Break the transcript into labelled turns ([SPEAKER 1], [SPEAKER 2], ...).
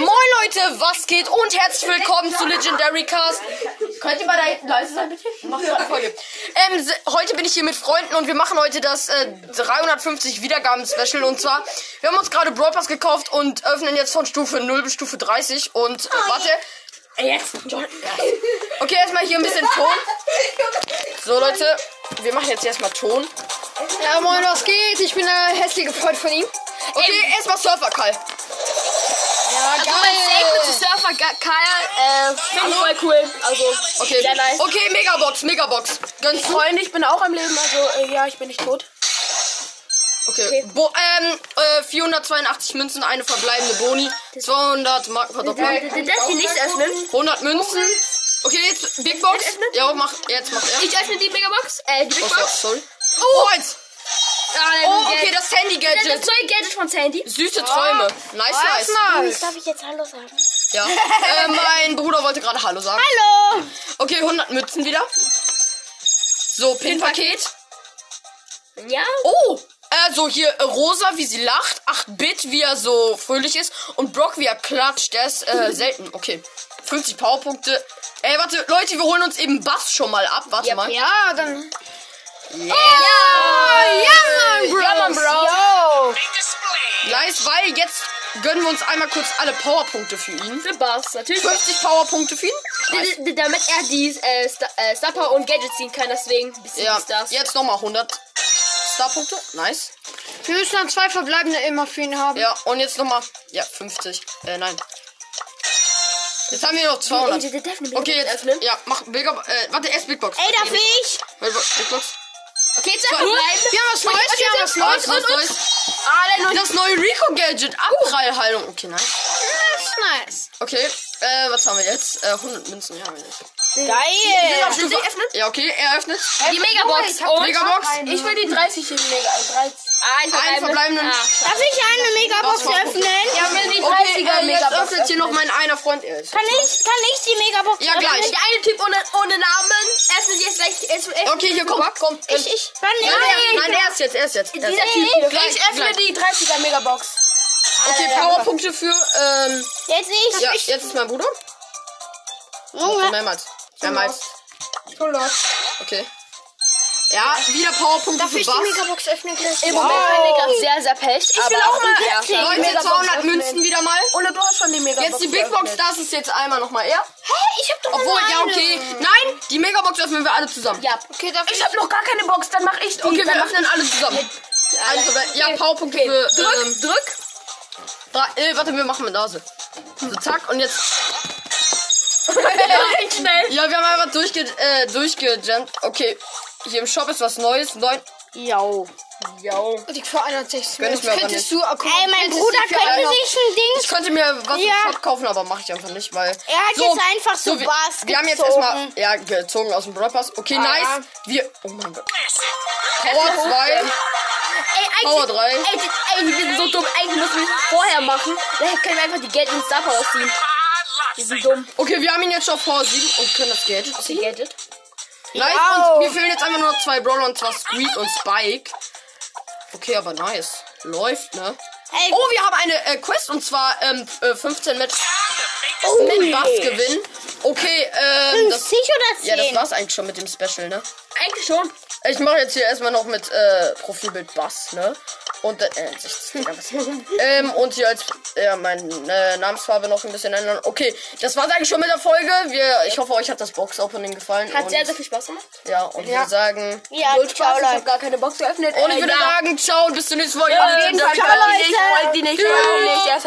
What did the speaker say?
[SPEAKER 1] Leute, was geht? Und herzlich willkommen zu Legendary Cast. Könnt ihr mal da hinten leise sein, bitte? Mach gerade Folge. Ähm, se- heute bin ich hier mit Freunden und wir machen heute das äh, 350 Wiedergaben-Special. Und zwar, wir haben uns gerade Brawl Pass gekauft und öffnen jetzt von Stufe 0 bis Stufe 30. Und äh, warte. Ey, Jetzt. John, ja. Okay, erstmal hier ein bisschen Ton. So, Leute, wir machen jetzt erstmal Ton.
[SPEAKER 2] Ja, moin, was geht? Ich bin der hässliche Freund von ihm.
[SPEAKER 1] Okay, erstmal Surfer, Karl.
[SPEAKER 2] Ja, also
[SPEAKER 3] mein Steak mit Surfer Ga- Kaya, äh, finde ich voll cool. Also,
[SPEAKER 1] Okay,
[SPEAKER 3] Sehr nice.
[SPEAKER 1] okay, Megabox, Megabox. Ganz cool.
[SPEAKER 3] Freunde, ich bin auch am Leben, also, äh, ja, ich bin nicht tot.
[SPEAKER 1] Okay. Bo ähm, äh, 482 Münzen, eine verbleibende Boni. 200 Marken
[SPEAKER 3] Äh,
[SPEAKER 1] verdoppeln.
[SPEAKER 3] Darf die nicht öffnen?
[SPEAKER 1] 100 Münzen. Okay, jetzt Big Box. Ja, mach, jetzt mach er.
[SPEAKER 3] Ich öffne die Megabox, äh, die Big
[SPEAKER 1] Oh, so-
[SPEAKER 3] Box.
[SPEAKER 1] sorry. Oh, eins.
[SPEAKER 3] Ah,
[SPEAKER 1] Oh, okay,
[SPEAKER 3] Geld.
[SPEAKER 1] das
[SPEAKER 3] das, das Oh,
[SPEAKER 1] Handy-Gadget.
[SPEAKER 3] neue Gadget von Sandy.
[SPEAKER 1] Süße Träume. Nice, nice.
[SPEAKER 2] nice.
[SPEAKER 4] Darf ich jetzt Hallo sagen?
[SPEAKER 1] Ja. Äh, mein Bruder wollte gerade Hallo sagen.
[SPEAKER 3] Hallo!
[SPEAKER 1] Okay, 100 Mützen wieder. So, Pin-Paket.
[SPEAKER 3] Ja?
[SPEAKER 1] Oh! Äh, so hier äh, Rosa, wie sie lacht, 8-Bit, wie er so fröhlich ist und Brock, wie er klatscht, der ist äh, selten. Okay. 50 Powerpunkte. Ey, warte, Leute, wir holen uns eben Bass schon mal ab. Warte mal.
[SPEAKER 2] Ja, Ah, dann.
[SPEAKER 1] Äh, Ja,
[SPEAKER 2] Ja, Mann, Bro. Yo.
[SPEAKER 1] Nice, weil jetzt gönnen wir uns einmal kurz alle Powerpunkte für ihn.
[SPEAKER 3] Für Bass, natürlich.
[SPEAKER 1] 50 Powerpunkte für ihn. Nice.
[SPEAKER 3] D- d- Damit er die äh, Sta- äh, Star Power und Gadget ziehen kann, deswegen ein bisschen
[SPEAKER 1] Ja,
[SPEAKER 3] ist das.
[SPEAKER 1] jetzt nochmal 100 Starpunkte. Nice.
[SPEAKER 2] Wir müssen dann zwei verbleibende immer für ihn haben.
[SPEAKER 1] Ja, und jetzt nochmal. Ja, 50. Äh, nein. Jetzt haben wir noch 200.
[SPEAKER 3] Ey, der darf eine
[SPEAKER 1] Okay,
[SPEAKER 3] Megabox
[SPEAKER 1] jetzt
[SPEAKER 3] öffnen.
[SPEAKER 1] Ja, mach Mega. Äh, warte, erst Big Box.
[SPEAKER 4] Ey, darf ich?
[SPEAKER 1] Big Box. Big Box.
[SPEAKER 3] Okay, jetzt öffnen.
[SPEAKER 1] Cool.
[SPEAKER 2] Wir haben was Neues, wir haben was
[SPEAKER 1] Neues,
[SPEAKER 2] Neues.
[SPEAKER 1] neues, neues. Das neue Rico-Gadget. Abprallheilung. Okay, nice.
[SPEAKER 2] Nice.
[SPEAKER 1] Okay, äh, was haben wir jetzt? Äh, 100 Münzen ja, haben wir nicht.
[SPEAKER 4] Geil.
[SPEAKER 1] Stufe- Ja, okay, er öffnet.
[SPEAKER 3] Die Megabox. Und
[SPEAKER 1] Megabox.
[SPEAKER 3] Ich will die 30 in Mega. äh, 30. Ah, ich
[SPEAKER 1] Einen verbleibenden.
[SPEAKER 4] Darf ich eine Megabox
[SPEAKER 1] Doch, doch, doch.
[SPEAKER 4] öffnen?
[SPEAKER 3] Ja, wenn die 30er
[SPEAKER 1] Okay, äh, jetzt
[SPEAKER 3] Megabox
[SPEAKER 1] öffnet hier noch mein einer Freund. Er ist.
[SPEAKER 4] Kann ich, kann ich die Megabox
[SPEAKER 1] Ja,
[SPEAKER 4] öffnen?
[SPEAKER 1] gleich.
[SPEAKER 3] Der eine Typ ohne, ohne Namen öffnet jetzt gleich. Jetzt, öffnet
[SPEAKER 1] Okay, hier,
[SPEAKER 3] die
[SPEAKER 1] komm,
[SPEAKER 3] Box.
[SPEAKER 1] komm.
[SPEAKER 4] Ich, ich. Kann ich?
[SPEAKER 1] Nein, er- nein, er ist jetzt, er ist jetzt. Er ist
[SPEAKER 3] Dieser
[SPEAKER 1] jetzt.
[SPEAKER 3] Typ hier.
[SPEAKER 1] Gleich,
[SPEAKER 3] ich öffne
[SPEAKER 1] gleich.
[SPEAKER 3] die 30er Megabox.
[SPEAKER 1] Okay, Powerpunkte für, ähm,
[SPEAKER 4] Jetzt ich.
[SPEAKER 1] ja, jetzt ist mein Bruder.
[SPEAKER 4] Junge.
[SPEAKER 1] Mehrmals. Mehrmals. Okay. Ja, wieder Powerpunkte für
[SPEAKER 2] Die
[SPEAKER 1] Bass.
[SPEAKER 2] Megabox öffnen gleich.
[SPEAKER 3] Im Moment war die gerade sehr, sehr pech. Ich will auch mal öffnen.
[SPEAKER 1] Leute, 200 Münzen wieder mal.
[SPEAKER 3] Ohne du hast schon die Megabox.
[SPEAKER 1] Jetzt die Big Box, das ist jetzt einmal nochmal er.
[SPEAKER 4] Hey, ich hab doch
[SPEAKER 1] Obwohl,
[SPEAKER 4] eine.
[SPEAKER 1] ja, okay. Nein, die Megabox öffnen wir alle zusammen.
[SPEAKER 3] Ja.
[SPEAKER 2] Okay, darf ich.
[SPEAKER 3] Ich hab noch gar keine Box, dann mach ich die.
[SPEAKER 1] Okay,
[SPEAKER 3] dann
[SPEAKER 1] wir
[SPEAKER 3] mach-
[SPEAKER 1] öffnen alle zusammen. Also, wenn- ja, Powerpunkte für.
[SPEAKER 3] Drück,
[SPEAKER 1] Ähm,
[SPEAKER 3] drück.
[SPEAKER 1] drei, äh, warte, wir machen mit Nase. So, zack, und jetzt.
[SPEAKER 3] Richtig schnell.
[SPEAKER 1] Ja, wir haben einfach durchge äh, durchgejammt. Okay, hier im Shop ist was Neues. Neun.
[SPEAKER 2] Die für 61
[SPEAKER 1] Gönn ich mir aber
[SPEAKER 2] Könntest du. Akku
[SPEAKER 4] Ey, mein Bruder
[SPEAKER 1] alle
[SPEAKER 4] könnte
[SPEAKER 1] noch-
[SPEAKER 4] sich ein Ding.
[SPEAKER 1] Ich könnte mir was
[SPEAKER 4] Ja.
[SPEAKER 1] im Shop kaufen, aber mache ich einfach nicht, weil.
[SPEAKER 4] Er hat jetzt einfach so
[SPEAKER 1] wir,
[SPEAKER 4] Bars
[SPEAKER 1] Wir haben jetzt
[SPEAKER 4] gezogen.
[SPEAKER 1] erstmal. Ja, gezogen aus dem Brawl Pass. Okay,
[SPEAKER 4] Ah.
[SPEAKER 1] nice. Wir. Oh mein Gott. Power 2,
[SPEAKER 3] Ey,
[SPEAKER 1] Power
[SPEAKER 3] eigentlich,
[SPEAKER 1] 3.
[SPEAKER 3] ey, die- ey, wir sind so dumm. Eigentlich müssen wir es vorher machen. Dann können wir einfach die Gadget und Star Power ziehen. Wir sind dumm.
[SPEAKER 1] Okay, wir haben ihn jetzt schon vor 7 und können das Gadget
[SPEAKER 3] Die
[SPEAKER 1] ziehen.
[SPEAKER 3] Gadget.
[SPEAKER 1] Nice,
[SPEAKER 4] Ja.
[SPEAKER 1] und mir fehlen jetzt einfach nur noch zwei Brawler und zwar Squeak und Spike. Okay, aber nice. Läuft, ne?
[SPEAKER 4] Hey,
[SPEAKER 1] Oh, wir haben eine äh, Quest und zwar ähm, f- äh, 15 mit,
[SPEAKER 4] oh,
[SPEAKER 1] mit Bass gewinnen. Okay, ähm, das,
[SPEAKER 4] 50 oder 10?
[SPEAKER 1] ja, das war's eigentlich schon mit dem Special, ne?
[SPEAKER 3] Eigentlich schon.
[SPEAKER 1] Ich mache jetzt hier erstmal noch mit äh, Profilbild Bass, ne? Und äh, äh, 16, ja, was- ähm, und hier als ja, mein äh, Namensfarbe noch ein bisschen ändern. Okay, das war's eigentlich schon mit der Folge. Wir, ich hoffe, euch hat das Box Opening gefallen.
[SPEAKER 3] Hat
[SPEAKER 1] und,
[SPEAKER 3] sehr, sehr viel Spaß gemacht.
[SPEAKER 1] ja, und wir sagen.
[SPEAKER 4] ja,
[SPEAKER 3] Null Spaß,
[SPEAKER 4] ciao,
[SPEAKER 3] ich
[SPEAKER 4] Leute.
[SPEAKER 3] hab gar keine Box geöffnet.
[SPEAKER 1] Und ich würde
[SPEAKER 3] ja.
[SPEAKER 1] sagen, ciao und bis zur nächsten Folge.
[SPEAKER 3] Auf jeden Fall,
[SPEAKER 1] Ciao,
[SPEAKER 3] folgt die
[SPEAKER 1] Leute.
[SPEAKER 3] nicht, folgt die nicht, folgt die nicht. Erst